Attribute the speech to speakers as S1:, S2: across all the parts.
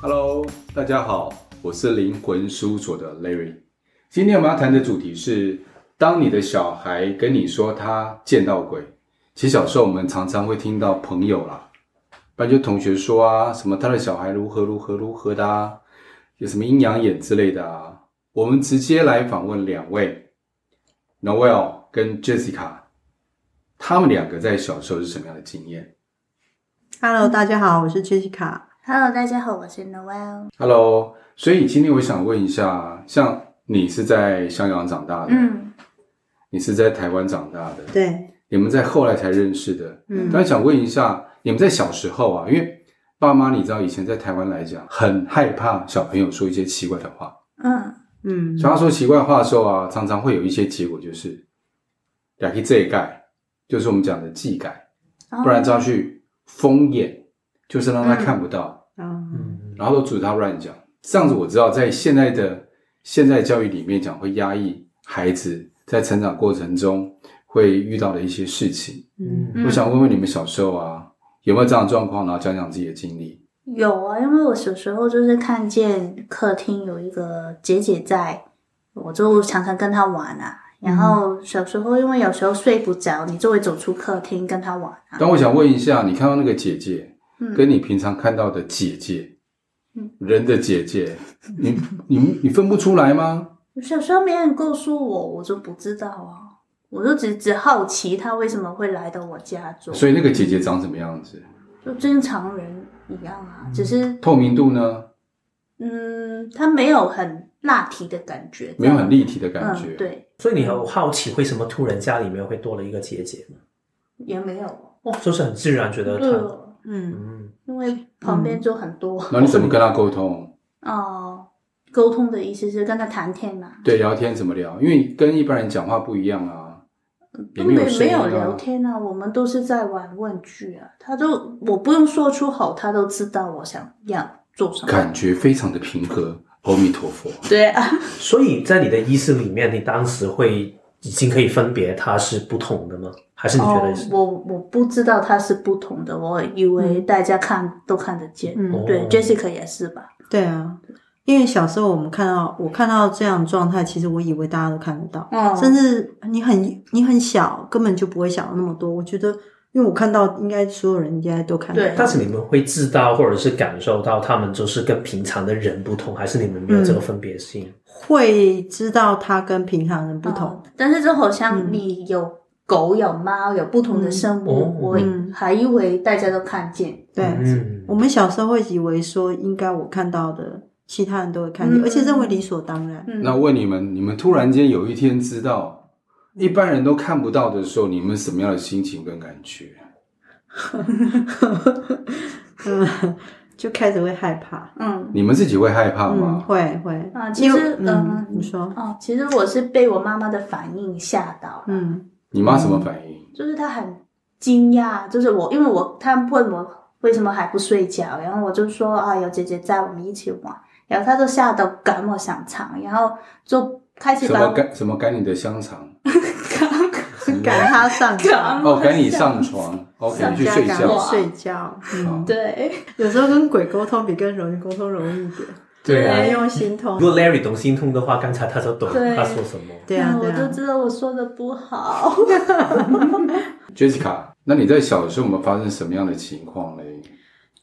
S1: Hello，大家好，我是灵魂事务所的 Larry。今天我们要谈的主题是：当你的小孩跟你说他见到鬼，其实小时候我们常常会听到朋友啦，不然就同学说啊，什么他的小孩如何如何如何的啊，有什么阴阳眼之类的啊。我们直接来访问两位，Noel 跟 Jessica，他们两个在小时候是什么样的经验？
S2: Hello，大家好，我是 Jessica。
S3: Hello，大家好，我是 Noel。
S1: Hello，所以今天我想问一下，像你是在香港长大的，
S3: 嗯，
S1: 你是在台湾长大的，
S2: 对，
S1: 你们在后来才认识的。
S2: 嗯
S1: 但想问一下，你们在小时候啊，因为爸妈你知道以前在台湾来讲，很害怕小朋友说一些奇怪的话，
S3: 嗯
S2: 嗯，
S1: 所以他说奇怪话的时候啊，常常会有一些结果就是，俩可以这一盖，就是我们讲的技改，
S3: 哦
S1: 不然就要去封眼，就是让他看不到。
S2: 啊，
S1: 然后都阻止他乱讲。这样子我知道，在现在的现在教育里面讲，会压抑孩子在成长过程中会遇到的一些事情。
S2: 嗯
S3: 嗯
S1: 我想问问你们小时候啊，有没有这样的状况？然后讲讲自己的经历。
S3: 有啊，因为我小时候就是看见客厅有一个姐姐在，我就常常跟她玩啊。
S1: 嗯
S3: 然后小时候因为有时候睡不着，你就会走出客厅跟她玩啊。
S1: 但我想问一下，你看到那个姐姐，
S3: 嗯
S1: 跟你平常看到的姐姐
S3: 嗯，
S1: 人的姐姐， 你你你分不出来吗？
S3: 小时候没人告诉我，我就不知道啊，我就只只好奇她为什么会来到我家住，
S1: 所以那个姐姐长什么样子？
S3: 就正常人一样啊，
S1: 嗯
S3: 只是
S1: 透明度呢，
S3: 嗯，她没有很辣体的感觉，
S1: 没有很立体的感觉。
S3: 嗯，对，
S4: 所以你很好奇，为什么突然家里面会多了一个姐姐吗？
S3: 也没有。
S4: 哦，就是很自然觉得她，
S3: 对，
S2: 嗯
S4: 嗯，
S3: 因为旁边就很多。
S1: 然后你怎么跟她沟通？
S4: 嗯
S3: 哦，沟通的意思是跟他谈天嘛，
S1: 对，聊天怎么聊？因为跟一般人讲话不一样啊，也没有声
S3: 嗯没
S1: 音
S3: 有
S1: 啊。
S3: 聊天啊，我们都是在玩问句啊。他都我不用说出口，他都知道我想要做什么。
S1: 感觉非常的平和。阿弥陀佛，
S3: 对啊，
S4: 所以在你的意识里面，你当时会已经可以分别它是不同的吗？还是你觉
S3: 哦
S4: 得是？，
S3: 我我不知道他是不同的，我以为大家看都看得见。
S2: 嗯，
S3: 对
S4: 哦
S3: ，Jessica 也是吧？
S2: 对啊，因为小时候我们看到我看到这样的状态，其实我以为大家都看得到，
S3: 嗯
S2: 甚至你很你很小，根本就不会想那么多。我觉得，因为我看到应该所有人应该都看得
S3: 对
S2: 到
S4: 但，是你们会知道或者是感受到他们就是跟平常的人不同，还是你们没有这个分别心？
S2: 会知道他跟平常人不同
S3: 哦。但是就好像
S2: 嗯
S3: 你有狗有猫有不同的生物，
S4: 嗯哦
S3: 我
S2: 嗯
S3: 还以为大家都看见。
S2: 对，
S4: 嗯
S2: 我们小时候会以为说，应该我看到的，其他人都会看见，
S3: 嗯
S2: 而且认为理所当然。
S3: 嗯，
S1: 那问你们，你们突然间有一天知道一般人都看不到的时候，你们什么样的心情跟感觉？
S2: 嗯，就开始会害怕。
S3: 嗯
S1: 你们自己会害怕
S2: 嗯，
S1: 吗？
S2: 会会
S3: 啊，其
S2: 因为
S3: 实
S2: 嗯
S3: 嗯，
S2: 你说，
S3: 哦，其实我是被我妈妈的反应吓到，
S2: 嗯
S1: 你妈什么反应？
S3: 就是她很惊讶，就是我，因为我她问我为什么还不睡觉，然后我就说啊，有姐姐在，我们一起玩，然后她就吓得赶我上场，然后就开始
S1: 什
S3: 把
S1: 么
S3: 我
S1: 赶什么赶你的香肠？
S2: 赶他上
S3: 赶
S2: 床，
S1: 哦，赶你上床，OK，
S3: 上
S1: 你去
S2: 家
S1: 睡
S2: 赶
S1: 觉
S2: 他。睡觉。嗯，
S3: 对，
S2: 有时候跟鬼沟通比跟人沟通容易一点，
S1: 对
S2: 还
S1: 啊，
S2: 要用心
S4: 如
S2: 通。
S4: 果 Larry 懂心痛的话，刚才他就懂
S3: 对
S4: 他说什么。
S2: 对啊，
S3: 嗯
S2: 对
S3: 我就
S2: 啊。
S3: 知道我说的不 好。
S1: ，Jessica，那你在小的时候有没有发生什么样的情况嘞？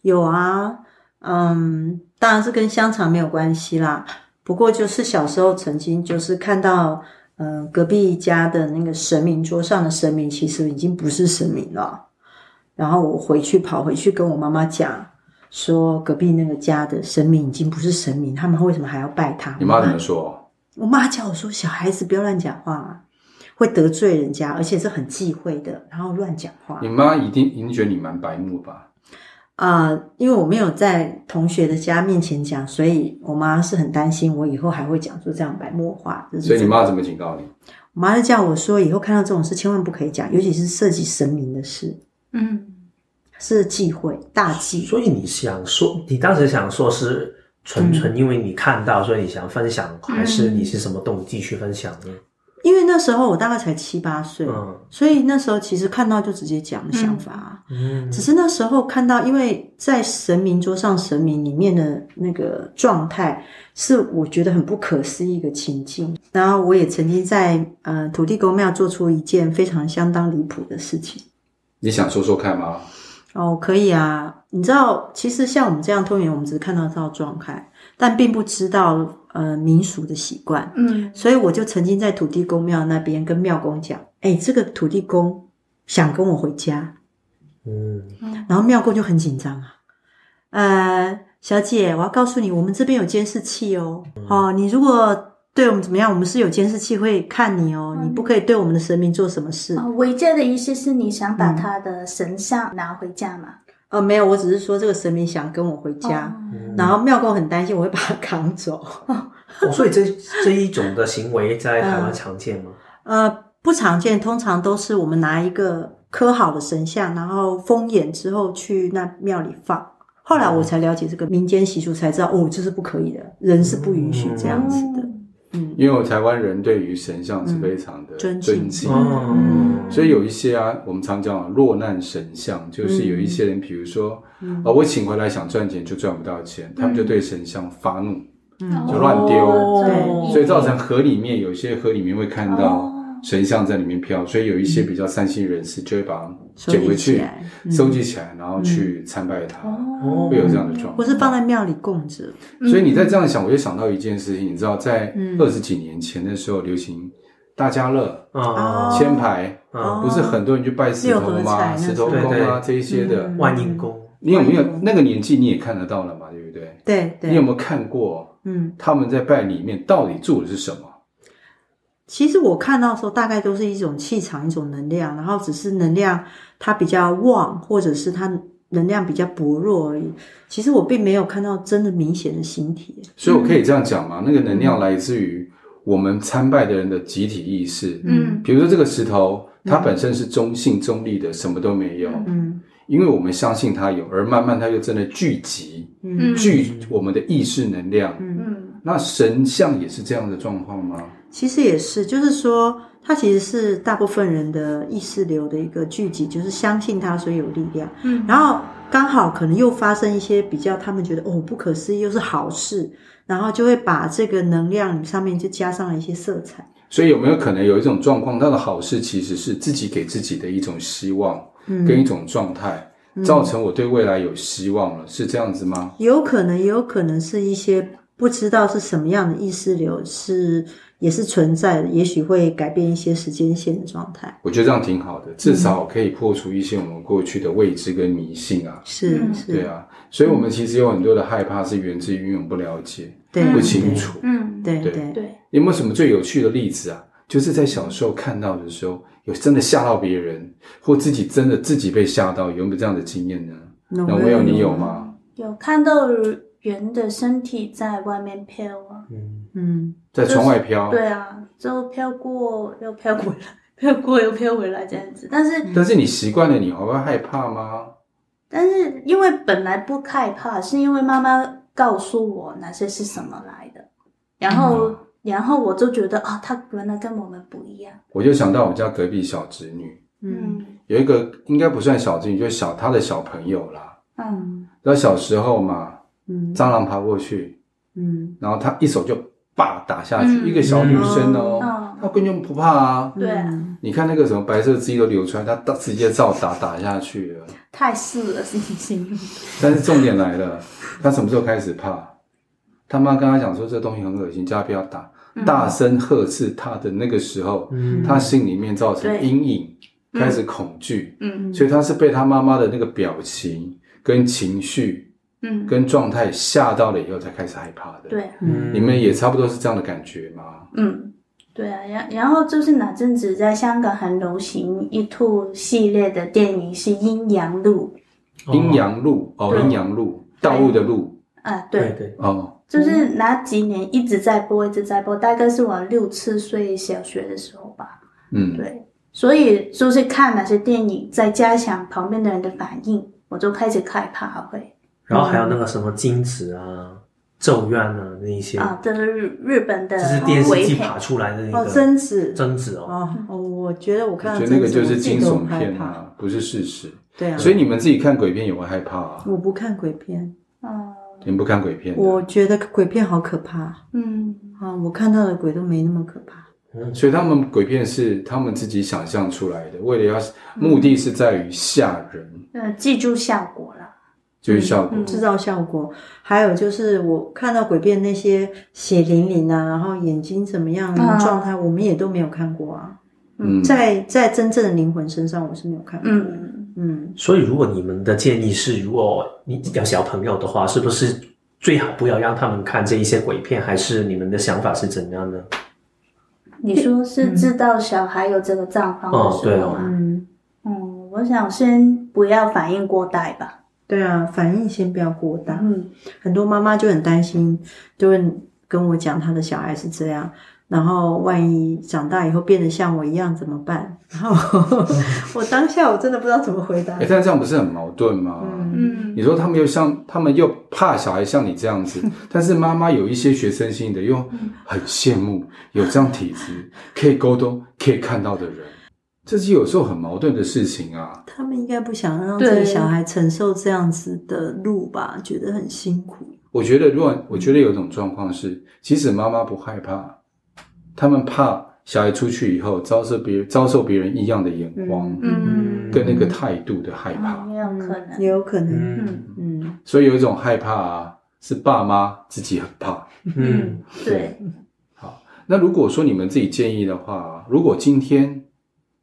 S2: 有啊，嗯，当然是跟香肠没有关系啦。不过就是小时候曾经就是看到，嗯、隔壁家的那个神明桌上的神明，其实已经不是神明了。然后我回去跑回去跟我妈妈讲，说隔壁那个家的神明已经不是神明，他们为什么还要拜他？
S1: 你妈怎么说？
S2: 我妈叫我说，小孩子不要乱讲话、啊，会得罪人家，而且是很忌讳的，然后乱讲话。
S1: 你妈一定一定觉得你蛮白目吧？
S2: 啊、因为我没有在同学的家面前讲，所以我妈是很担心我以后还会讲出这样白目话。这是
S1: 所以你
S2: 真的
S1: 妈怎么警告你？
S2: 我妈就叫我说，以后看到这种事千万不可以讲，尤其是涉及神明的事，
S3: 嗯，
S2: 是忌讳，大忌。
S4: 所以你想说，你当时想说是嗯纯纯因为你看到，所以你想分享，还是你是什么动机去分享呢？
S2: 因为那时候我大概才七八岁，
S4: 嗯
S2: 所以那时候其实看到就直接讲想法啊。
S4: 嗯
S2: 只是那时候看到，因为在神明桌上，神明里面的那个状态是我觉得很不可思议一个情境。然后我也曾经在呃土地公庙做出一件非常相当离谱的事情。
S1: 你想说说看吗？
S2: 哦，可以啊。你知道，其实像我们这样通灵，我们只是看到到状态，但并不知道呃民俗的习惯。
S3: 嗯
S2: 所以我就曾经在土地公庙那边跟庙公讲：“哎，这个土地公想跟我回家。”
S4: 嗯
S2: 然后妙公就很紧张啊，呃，小姐，我要告诉你，我们这边有监视器哦，
S3: 嗯
S2: 哦，你如果对我们怎么样，我们是有监视器会看你哦，
S3: 嗯
S2: 你不可以对我们的神明做什么事。
S3: 啊，违戒的意思是你想
S2: 嗯
S3: 把他的神像拿回家嘛？
S2: 呃，没有，我只是说这个神明想跟我回家，
S3: 哦
S2: 然后妙公很担心我会把他扛走，
S4: 哦，所以这这一种的行为在台湾常见吗？
S2: 呃，不常见，通常都是我们拿一个刻好的神像，然后封眼之后去那庙里放。后
S3: 嗯
S2: 来我才了解这个民间习俗，才知道哦，这是不可以的，人是不允
S3: 嗯
S2: 许这样子的。嗯，
S1: 因为台湾人对于神像是非常的
S2: 嗯尊敬
S1: 尊敬，
S4: 哦，
S1: 所以有一些啊，我们常讲啊落难神像，就是有一些人，比如说
S2: 嗯
S1: 啊，我请回来想赚钱就赚不到钱，他们就对神像发怒，
S3: 哦
S2: 嗯
S1: 就乱丢
S2: 对
S1: 所以造成河里面有些河里面会看到
S3: 哦
S1: 神像在里面飘，所以有一些比较善心人士就会把它
S2: 嗯收
S1: 捡回
S2: 集起
S1: 去，
S2: 来，嗯
S1: 收集起来，然嗯后去参拜它，
S3: 哦
S1: 会有这样的状
S2: 或
S1: 况。
S2: 是放在庙里供着。
S1: 所以你在这样想，我就想到一件事情，你知道，在
S2: 嗯
S1: 二十几年前的时候流行大家乐、
S4: 啊
S2: 哦
S1: 千牌，
S2: 哦
S1: 不是很多人去拜石头
S2: 六合彩
S1: 吗？
S2: 那
S1: 石头
S4: 时候
S1: 公啊
S4: 对对
S1: 这一些的，
S2: 嗯
S4: 万应宫，
S1: 你有没有那个年纪你也看得到了嘛？对不对？
S2: 对
S1: 你有
S2: 对，
S1: 没有看过
S2: 嗯，
S1: 他们在拜里面到底住的是什么？
S2: 其实我看到的时候，大概都是一种气场，一种能量，然后只是能量它比较旺，或者是它能量比较薄弱而已。其实我并没有看到真的明显的形体。
S1: 所以我可以这样讲
S2: 嗯
S1: 嘛，那个能量来自于我们参拜的人的集体意识。
S3: 嗯
S1: 比如说这个石头，它本身是中性中立的，什么都没有，
S2: 嗯
S1: 因为我们相信它有，而慢慢它就真的聚集
S2: 嗯
S3: 嗯
S1: 聚我们的意识能量。
S2: 嗯，
S3: 嗯
S1: 那神像也是这样的状况吗？
S2: 其实也是，就是说它其实是大部分人的意识流的一个聚集，就是相信它，所以有力量。
S3: 嗯，
S2: 然后刚好可能又发生一些比较他们觉得哦不可思议又是好事，然后就会把这个能量上面就加上了一些色彩。
S1: 所以有没有可能有一种状况，它的好事其实是自己给自己的一种希望
S2: 嗯，
S1: 跟一种状态，造成我对未来有希望了，是这样子吗？
S2: 也有可能，也有可能是一些不知道是什么样的意识流是也是存在的，也许会改变一些时间线的状态。
S1: 我觉得这样挺好
S2: 嗯
S1: 的，至少可以破除一些我们过去的未知跟迷信啊。
S2: 是、
S3: 嗯
S2: 是，
S1: 对啊，所以我们其实有很多的害怕是源自于因为我们不了解、
S2: 对，
S1: 不
S3: 嗯
S1: 清楚。
S3: 嗯
S2: 对
S1: 对
S2: 对
S3: 对，
S1: 有没有什么最有趣的例子啊？就是在小时候看到的时候，有真的吓到别人，或自己真的自己被吓到，有没有这样的经验呢？
S2: 那
S1: 那
S2: 我
S1: 我有你有？吗？
S3: 有看到人的身体在外面飘啊，
S4: 嗯，
S2: 嗯，
S1: 在窗外飘，
S3: 对啊，就飘过又飘回来， 飘过又飘回来这样子，但是
S1: 但是你习惯了，你还会害怕吗？
S3: 但是因为本来不害怕，是因为妈妈告诉我哪些是什么来的，然后、
S1: 嗯
S3: 然后我就觉得啊，他原来跟我们不一样，
S1: 我就想到我们家隔壁小侄女，
S2: 嗯
S1: 有一个应该不算小侄女，就是小她的小朋友啦。
S3: 嗯
S2: 嗯
S1: 那小时候嘛，
S2: 嗯
S1: 蟑螂爬过去，
S2: 嗯
S1: 然后她一手就叭打下去，
S3: 嗯
S1: 一个小女生哦，
S3: 嗯
S1: 她根本就不怕啊。
S3: 对啊
S2: 嗯
S1: 你看那个什么白色汁液都流出来，她打直接照打打下去了。
S3: 太是了，星星，
S1: 但是重点来了，她什么时候开始怕？她妈跟她讲说这东西很恶心，叫她不要打，
S3: 嗯
S1: 大声呵斥她的那个时候，
S4: 嗯
S1: 她心里面造成
S3: 对
S1: 阴影，
S3: 嗯
S1: 开始恐惧，
S3: 嗯
S1: 所以她是被她妈妈的那个表情、跟情绪、
S3: 嗯，
S1: 跟状态吓到了以后才开始害怕的。
S3: 对、啊，
S2: 嗯
S1: 你们也差不多是这样的感觉吗？
S3: 嗯。对啊，然然后就是哪阵子在香港很流行一套系列的电影是《阴阳路
S1: 阴阳路哦，
S3: 对
S1: 阴阳路，道路的路》
S3: 啊，
S4: 对对，
S1: 哦，
S3: 就是哪几年一直在播，一直在播，大概是我六七岁小学的时候吧。
S1: 嗯，
S3: 对，所以就是看哪些电影，再加上旁边的人的反应，我就开始害怕会。
S4: 然后还有那个什么金子啊、咒怨啊哦那一些，
S3: 啊，这是日日本的
S4: 这是电视
S3: 唯
S4: 剧
S3: 品
S4: 爬出来的那
S2: 哦，
S4: 个
S2: 贞子，
S4: 贞子哦，
S2: 哦，哦我觉得我看
S1: 我
S2: 到
S1: 觉
S2: 贞
S1: 得
S2: 子，
S1: 那个就是
S2: 我自己
S1: 惊
S2: 都
S1: 悚
S2: 很害
S1: 片
S2: 怕。
S1: 啊，不是事实。
S2: 对啊，
S1: 所以你们自己看鬼片也会害怕啊？
S2: 我不看鬼片，
S3: 嗯
S1: 你们不看鬼片的，
S2: 我觉得鬼片好可怕
S3: 嗯
S2: 啊！我看到的鬼都没那么可怕。
S4: 嗯
S1: 所以他们鬼片是他们自己想象出来的，为了要目的是在于吓人，
S3: 呃，记住效果了。
S1: 就是效果。
S3: 嗯
S2: 制造效果，还有就是我看到鬼片那些血淋淋啊，然后眼睛怎么样
S3: 啊
S2: 状态，我们也都没有看过啊。
S1: 嗯，
S2: 在在真正的灵魂身上，我是没有看过的。
S3: 嗯，
S2: 嗯，
S4: 所以如果你们的建议是，如果你有小朋友的话，是不是最好不要让他们看这一些鬼片？还是你们的想法是怎样呢？
S3: 你说是知
S1: 嗯
S3: 道小孩有这个状况
S4: 哦
S3: 的
S4: 对
S3: 时
S4: 哦
S3: 候吗？
S2: 嗯，
S3: 嗯，我想先不要反应过大吧。
S2: 对啊，反应先不要过大。
S3: 嗯
S2: 很多妈妈就很担心，就会跟我讲她的小孩是这样，然后万一长大以后变得像我一样怎么办？ 然后我当下我真的不知道怎么 回答
S1: 哎、。但这样不是很矛盾吗？
S2: 嗯，
S3: 嗯
S1: 你说他们又像，他们又怕小孩像你这 样子，但是妈妈有一些学生性的又很羡慕有这样体质可以沟通、可以看到的人，这是有时候很矛盾的事情啊。
S2: 他们应该不想让
S3: 对
S2: 自己小孩承受这样子的路吧，觉得很辛苦。
S1: 我觉得，如果我觉得有一种状况是，即使妈妈不害怕，他们怕小孩出去以后遭受别遭受别人异样的眼光、
S3: 嗯
S1: 跟那个态度的害怕。
S3: 嗯，也有可能。
S2: 也有可能。
S4: 嗯
S2: 嗯，
S1: 所以有一种害怕啊，是爸妈自己很怕。
S4: 嗯，
S3: 对，
S1: 那如果说你们自己建议的话，如果今天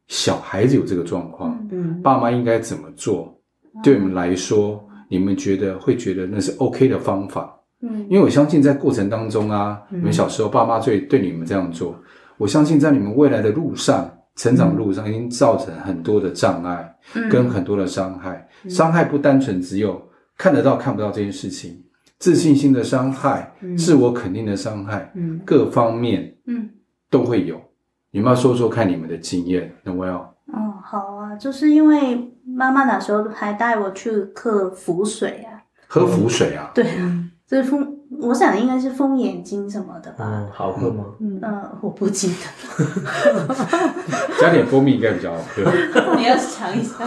S1: 小孩子有这个状况，
S3: 嗯
S2: 嗯
S1: 爸妈应该怎么做？对你们来说，你们觉得会觉得那是 OK 的方法？
S3: 嗯
S1: 因为我相信在过程当中啊，
S2: 嗯
S1: 你们小时候爸妈最对你们这样做，我相信在你们未来的路上，成长路上已经造成很多的障碍。
S3: 嗯
S1: 跟很多的伤害。
S2: 嗯
S1: 伤害不单纯只有看得到看不到这件事情，自信心的伤害、
S2: 嗯
S1: 自我肯定的伤害，
S2: 嗯，
S1: 各方面
S3: 嗯
S1: 都会有。你们要说说看你们的经验，那我要
S3: 哦，好啊，就是因为妈妈那时候还带我去喝浮水啊，
S1: 喝符水啊，
S3: 对啊，就是风，我想应该是风眼睛什么的吧，
S4: 嗯，好喝吗？
S2: 嗯
S3: 呃，我不记得，
S1: 加点蜂蜜应该比较好喝。
S3: 你要 尝一下。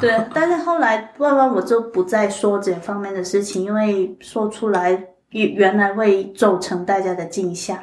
S3: 对，但是后来慢慢我就不再说这方面的事情，因为说出来原来会造成大家的惊吓。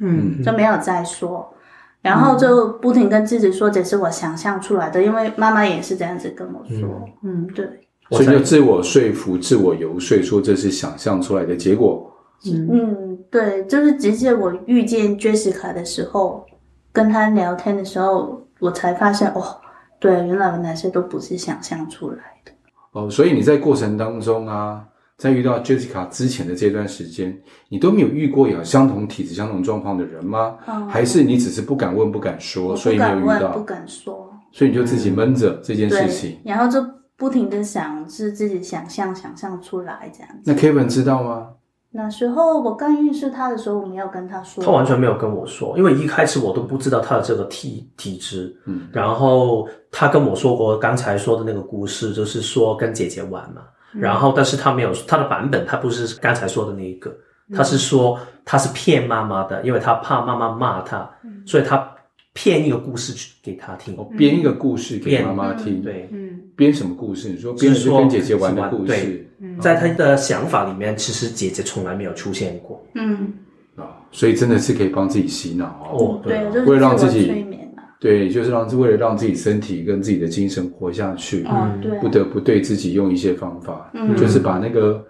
S2: 嗯
S4: 嗯
S3: 就没有再说，然后就不停跟自己说这是我想象出来的，因为妈妈也是这样子跟我说，
S2: 嗯，
S3: 对，
S1: 所以就自我说服、自我游说，说这是想象出来的结果。
S2: 嗯
S3: 嗯，对，就是直接我遇见 Jessica 的时候，跟她聊天的时候，我才发现哦，对，原来我那些都不是想象出来的，
S1: 哦，所以你在过程当中啊，在遇到 Jessica 之前的这段时间，你都没有遇过有相同体质、相同状况的人吗？
S2: 哦
S3: 嗯
S1: 还是你只是不敢问、不敢说，
S3: 我
S1: 所以
S3: 不
S1: 没有
S3: 敢
S1: 遇
S3: 问，不
S1: 到，
S3: 敢说，
S1: 所以你就自己闷着这件事情
S3: 对。，然后就不停的想是自己想象想象出来这样
S1: 那
S3: 子。
S1: Kevin 知道吗？
S3: 那时候我刚认识他的时候，我没有跟他说，
S4: 他完全没有跟我说，因为一开始我都不知道他的这个体体质。
S1: 嗯，
S4: 然后他跟我说过刚才说的那个故事，就是说跟姐姐玩嘛。然后，但是他没有他的版本，他不是刚才说的那一个，他是说他是骗妈妈的，因为他怕妈妈骂他，所以他骗一个故事去给他听
S1: 我。哦编一个故事给
S4: 编
S1: 妈妈听。
S3: 嗯，
S4: 对，
S2: 嗯
S1: 编什么故事？你说编的
S4: 就是
S1: 是
S4: 说
S1: 跟姐姐玩的
S4: 玩
S1: 故事
S4: 对
S2: 嗯
S4: 在他的想法里面，其实姐姐从来没有出现过。
S3: 嗯，
S1: 啊，所以真的是可以帮自己洗脑哦。
S4: 哦，对
S3: 对，
S4: 啊
S3: 就是
S1: 为了让自己
S3: 我催眠啊嘛。
S1: 对，就是让为了让自己身体跟自己的精神活下去。
S3: 哦，对，
S1: 嗯不得不对自己用一些方法，
S3: 嗯
S1: 就是把那个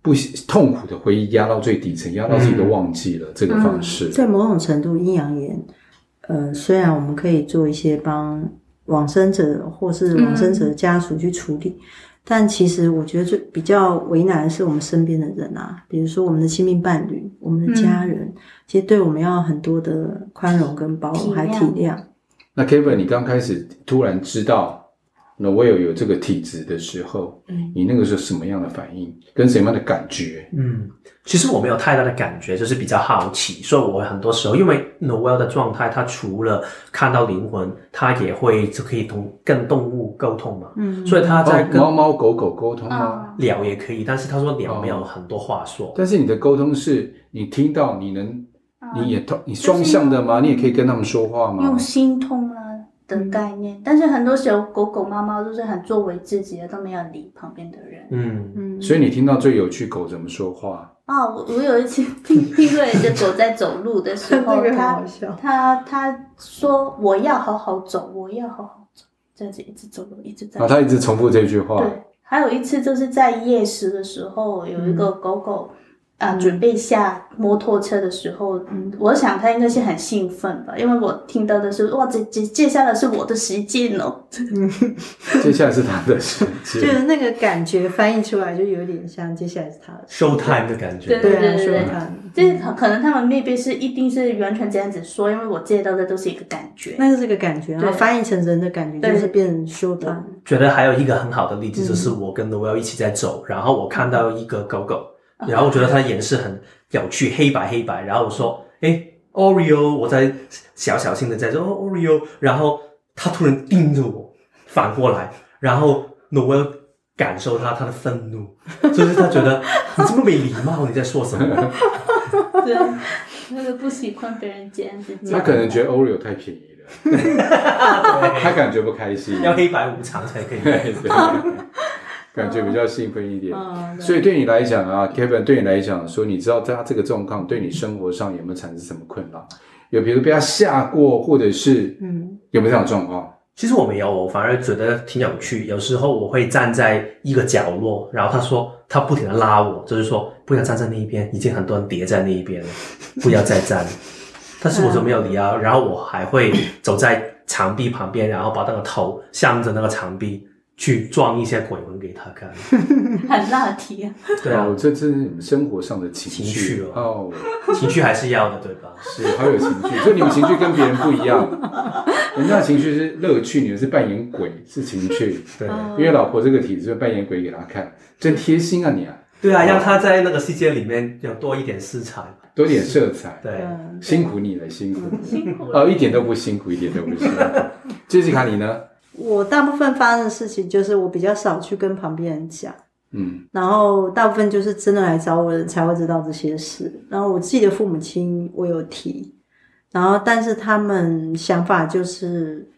S1: 不痛苦的回忆压到最底层，压到自己都忘记了、这个方式。
S2: 在某种程度，阴阳眼，呃，虽然我们可以做一些帮往生者或是往生者的家属去处理，但其实我觉得最比较为难的是我们身边的人啊，比如说我们的亲密伴侣、我们的家人，其实对我们要很多的宽容跟包容，
S3: 体谅
S2: 还体谅。
S1: 那 Kevin，你刚开始突然知道那我有有这个体质的时候，
S2: 嗯
S1: 你那个时候什么样的反应，跟什么样的感觉？
S4: 嗯，其实我没有太大的感觉，就是比较好奇，所以我很多时候，因为 Noel 的状态，他除了看到灵魂，他也会就可以同跟动物沟通嘛，
S2: 嗯，
S4: 所以他在
S1: 哦，
S4: 跟
S1: 猫猫狗狗沟通吗？
S3: 嗯，
S4: 聊也可以，但是他说聊
S1: 哦
S4: 没有很多话说，
S1: 但是你的沟通是你听到，你能，
S3: 嗯
S1: 你也通，你双向的吗？你也可以跟他们说话吗
S3: 用？心通啦
S1: 嗯
S3: 的概念，但是很多时候狗狗猫猫都是很作为自己的，都没有理旁边的人。
S4: 嗯，
S2: 嗯，
S1: 所以你听到最有趣狗怎么说话？
S3: 啊，我我有一次 听听过一只狗在走路的时
S2: 这
S3: 候，
S2: 个很
S3: 它
S2: 哦好 笑
S3: 它它说我要好好走，我要好好走，这样子一直走路，一直在
S1: 啊，
S3: 走。
S1: 它一直啊重复这句话。
S3: 对，还有一次就是在夜市的时候，有一个
S1: 嗯
S3: 狗狗啊、
S2: 嗯
S3: 准备下摩托车的时候，
S2: 嗯
S3: 我想它应该是很兴奋吧，因为我听到的是哇，这这接下来是我的时间哦。
S1: 接下来是它的世
S2: 就
S1: 界。
S2: 是那个感觉翻译出来就有点像接下来是他的，
S4: 收 time 的感觉，
S3: 对
S2: 对啊，
S3: 对
S2: 说
S3: 对
S2: 他，
S3: 这可可能他们未必是一定是完全这样子说，因为我接到的都是一个感觉。
S2: 那就是个感觉，然后
S3: 对
S2: 翻译成人的感觉
S3: 对
S2: 就是变成修他，
S4: 觉得还有一个很好的例子，就是我跟 Noel 一起在走，然后我看到一个狗狗，然后我觉得它的颜色很有趣，黑白黑白，然后我说，哎，Oreo，我在小小心的在说、哦、Oreo，然后它突然盯着我，反过来，然后 Noel 感受他他的愤怒，就是他觉得你这么没礼貌，你在说什么？
S3: 对，那个不喜欢别人这样子讲。
S1: 它可能觉得 Oreo 太便宜了，它感觉不开心。
S4: 要黑白无常才可以。
S1: 对，对感觉比较兴奋一点。
S2: 嗯，
S1: 所以对你来讲啊，Kevin，对你来讲说，你知道在他这个状况对你生活上有没有产生什么困扰？有，比如被他吓过，或者是
S2: 嗯
S1: 有没有这样的状况？
S4: 其实我没有，我反而觉得挺有趣。有时候我会站在一个角落，然后他说他不停的拉我，就是说不要站在那一边，已经很多人叠在那一边了，不要再站。但是我就没有理啊，然后我还会走在墙壁旁边，然后把那个头向着那个墙壁去撞一些鬼魂给他看。
S3: 很辣 题啊。
S4: 对啊
S1: 哦，，这这是你们生活上的情
S4: 情
S1: 绪
S4: 绪
S1: 哦，
S4: 情绪还是要的，对吧？
S1: 是好有情绪，所以你们情绪跟别人不一样，人家的情绪是乐趣，你们是扮演鬼，是情趣。
S4: 对
S2: 哦
S1: 因为老婆这个体质，扮演鬼给他看，真贴心啊你啊，
S4: 对啊，让他在那个世界里面有多一点色彩。
S1: 多点色彩。
S4: 对，
S2: 嗯，
S1: 辛苦你了，辛苦你了。
S3: 辛苦了
S1: 哦，一点都不辛苦，一点都不辛苦。杰西卡，你呢？
S2: 我大部分发生的事情就是我比较少去跟旁边人讲。
S1: 嗯，
S2: 然后大部分就是真的来找我的人才会知道这些事。然后我自己的父母亲我有提，然后但是他们想法就是，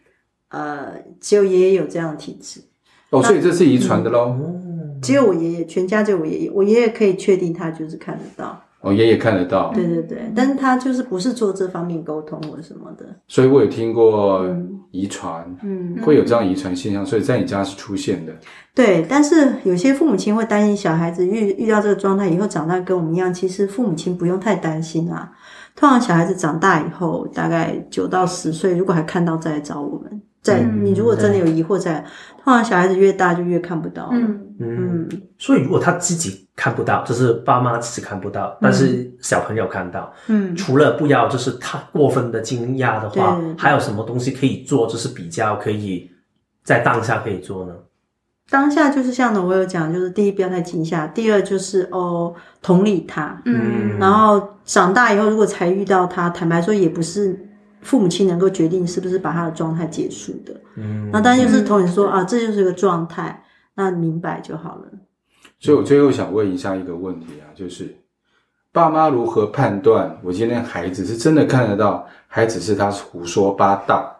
S2: 呃，只有爷爷有这样的体质，
S1: 哦，所以这是遗传的喽。
S4: 嗯
S2: 只有我爷爷，全家就我爷爷，我爷爷可以确定他就是看得到，
S1: 哦，爷爷看得到，
S2: 对对对，但是他就是不是做这方面沟通或什么的，
S1: 所以我有听过
S2: 嗯
S1: 遗传
S2: 嗯，
S1: 会有这样遗传现象，所以在你家是出现的。
S2: 对。但是有些父母亲会担心小孩子遇遇到这个状态以后长大跟我们一样，其实父母亲不用太担心啊。通常小孩子长大以后，大概九到十岁，如果还看到再来找我们，再、
S3: 嗯
S2: 你如果真的有疑惑再来，通常小孩子越大就越看不到了。
S3: 嗯，
S4: 嗯。
S2: 嗯
S4: 所以如果他自己看不到，就是爸妈自己看不到，但是小朋友看到，
S2: 嗯
S4: 除了不要就是他过分的惊讶的话
S2: 对，
S4: 还有什么东西可以做，就是比较可以在当下可以做呢？
S2: 当下就是像的，我有讲，就是第一不要太惊吓，第二就是哦同理他，
S3: 嗯
S2: 然后长大以后如果才遇到他，坦白说也不是父母亲能够决定是不是把他的状态结束的。
S4: 嗯
S2: 那当然就是
S3: 嗯
S2: 同你说
S3: 对
S2: 啊，这就是个状态，那明白就好了。
S1: 所以我最后想问一下一个问题啊，就是爸妈如何判断我今天孩子是真的看得到，还只是他胡说八道？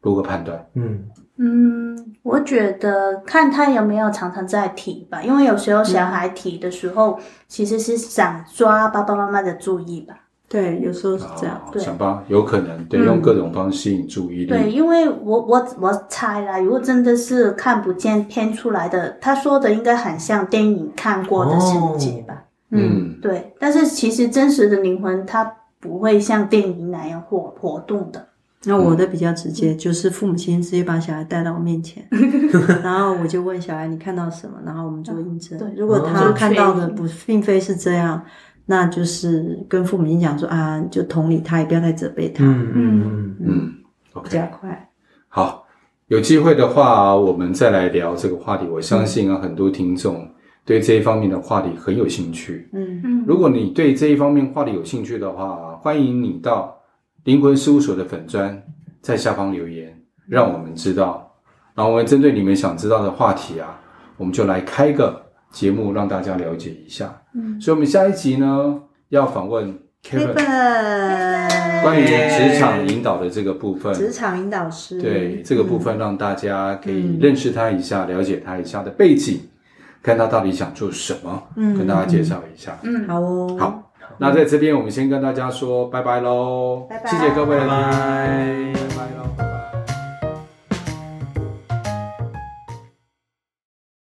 S1: 如何判断？
S4: 嗯
S3: 嗯，我觉得看他有没有常常在提吧，因为有
S1: 嗯
S3: 时候小孩提的时候，其实是想抓爸爸妈妈的注意吧。
S2: 对，有时候是这样。
S1: 哦
S3: 对
S1: 想吧，有可能对，
S3: 嗯
S1: 用各种方式吸引注意
S3: 对，
S1: 力。
S3: 因为我我我猜啦，如果真的是看不见偏出来的，他说的应该很像电影看过的
S1: 哦
S3: 情节吧。
S1: 嗯，
S3: 对，但是其实真实的灵魂，它不会像电影那样活活动的。
S2: 那我的比较直
S1: 嗯
S2: 接，就是父母亲直接把小孩带到我面 前，然后我就问小孩你看到什么，然后我们做印证。
S3: 对
S2: 如果他
S4: 哦
S2: 看到的不并非是这样，那就是跟父母亲讲说啊，就同理他，也不要再责备他，
S4: 嗯嗯嗯
S1: 嗯
S2: 比较
S1: ，OK，
S2: 快。
S1: 好，有机会的话，我们再来聊这个话题。我相信啊，很多听众对这一方面的话题很有兴趣。
S2: 嗯，
S3: 嗯，
S1: 如果你对这一方面话题有兴趣的话，欢迎你到灵魂事务所的粉砖，在下方留言，让我们知道。然后我们针对你们想知道的话题啊，我们就来开个节目，让大家了解一下。
S3: 嗯
S1: 所以，我们下一集呢，要访问 Kevin 关
S2: 关
S1: 于职场引导的这个部分。
S2: 职场引导师，
S1: 对这个部分，让大家可
S2: 嗯
S1: 以认识他一下，了解他一下的背景，看他到底想做什么，
S2: 嗯
S1: 跟大家介绍一下。
S2: 嗯，
S3: 嗯，
S2: 好哦，
S1: 好那在这边，我们先跟大家说拜拜喽，
S2: 拜拜
S1: 谢谢各位的听，
S4: 拜拜
S1: 拜拜喽。